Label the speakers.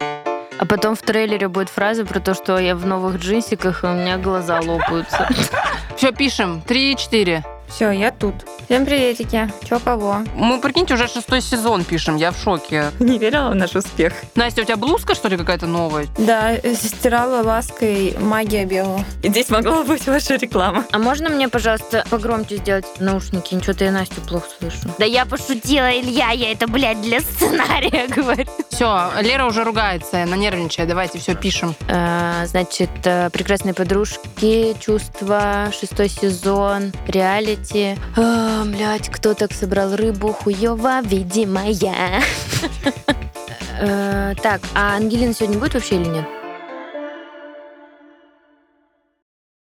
Speaker 1: А потом в трейлере будет фраза про то, что я в новых джинсиках, и у меня глаза лопаются.
Speaker 2: Все, пишем. Три, четыре.
Speaker 3: Все, я тут. Всем приветики. Чё кого?
Speaker 2: Мы, прикиньте, уже шестой сезон пишем, я в шоке.
Speaker 3: Не верила в наш успех.
Speaker 2: Настя, у тебя блузка, что ли, какая-то новая?
Speaker 3: Да, э, стирала лаской магия белого. И здесь могла быть ваша реклама.
Speaker 1: А можно мне, пожалуйста, погромче сделать наушники? Ничего-то я Настю плохо слышу. Да я пошутила, Илья, я это, блядь, для сценария говорю.
Speaker 2: Все, Лера уже ругается, она нервничает. Давайте все пишем.
Speaker 1: А, Значит, э, прекрасные подружки, чувства, шестой сезон, реалити. А, блядь, кто так собрал рыбу? Хуёво, видимо, я. Э, Так, а Ангелина сегодня будет вообще или нет?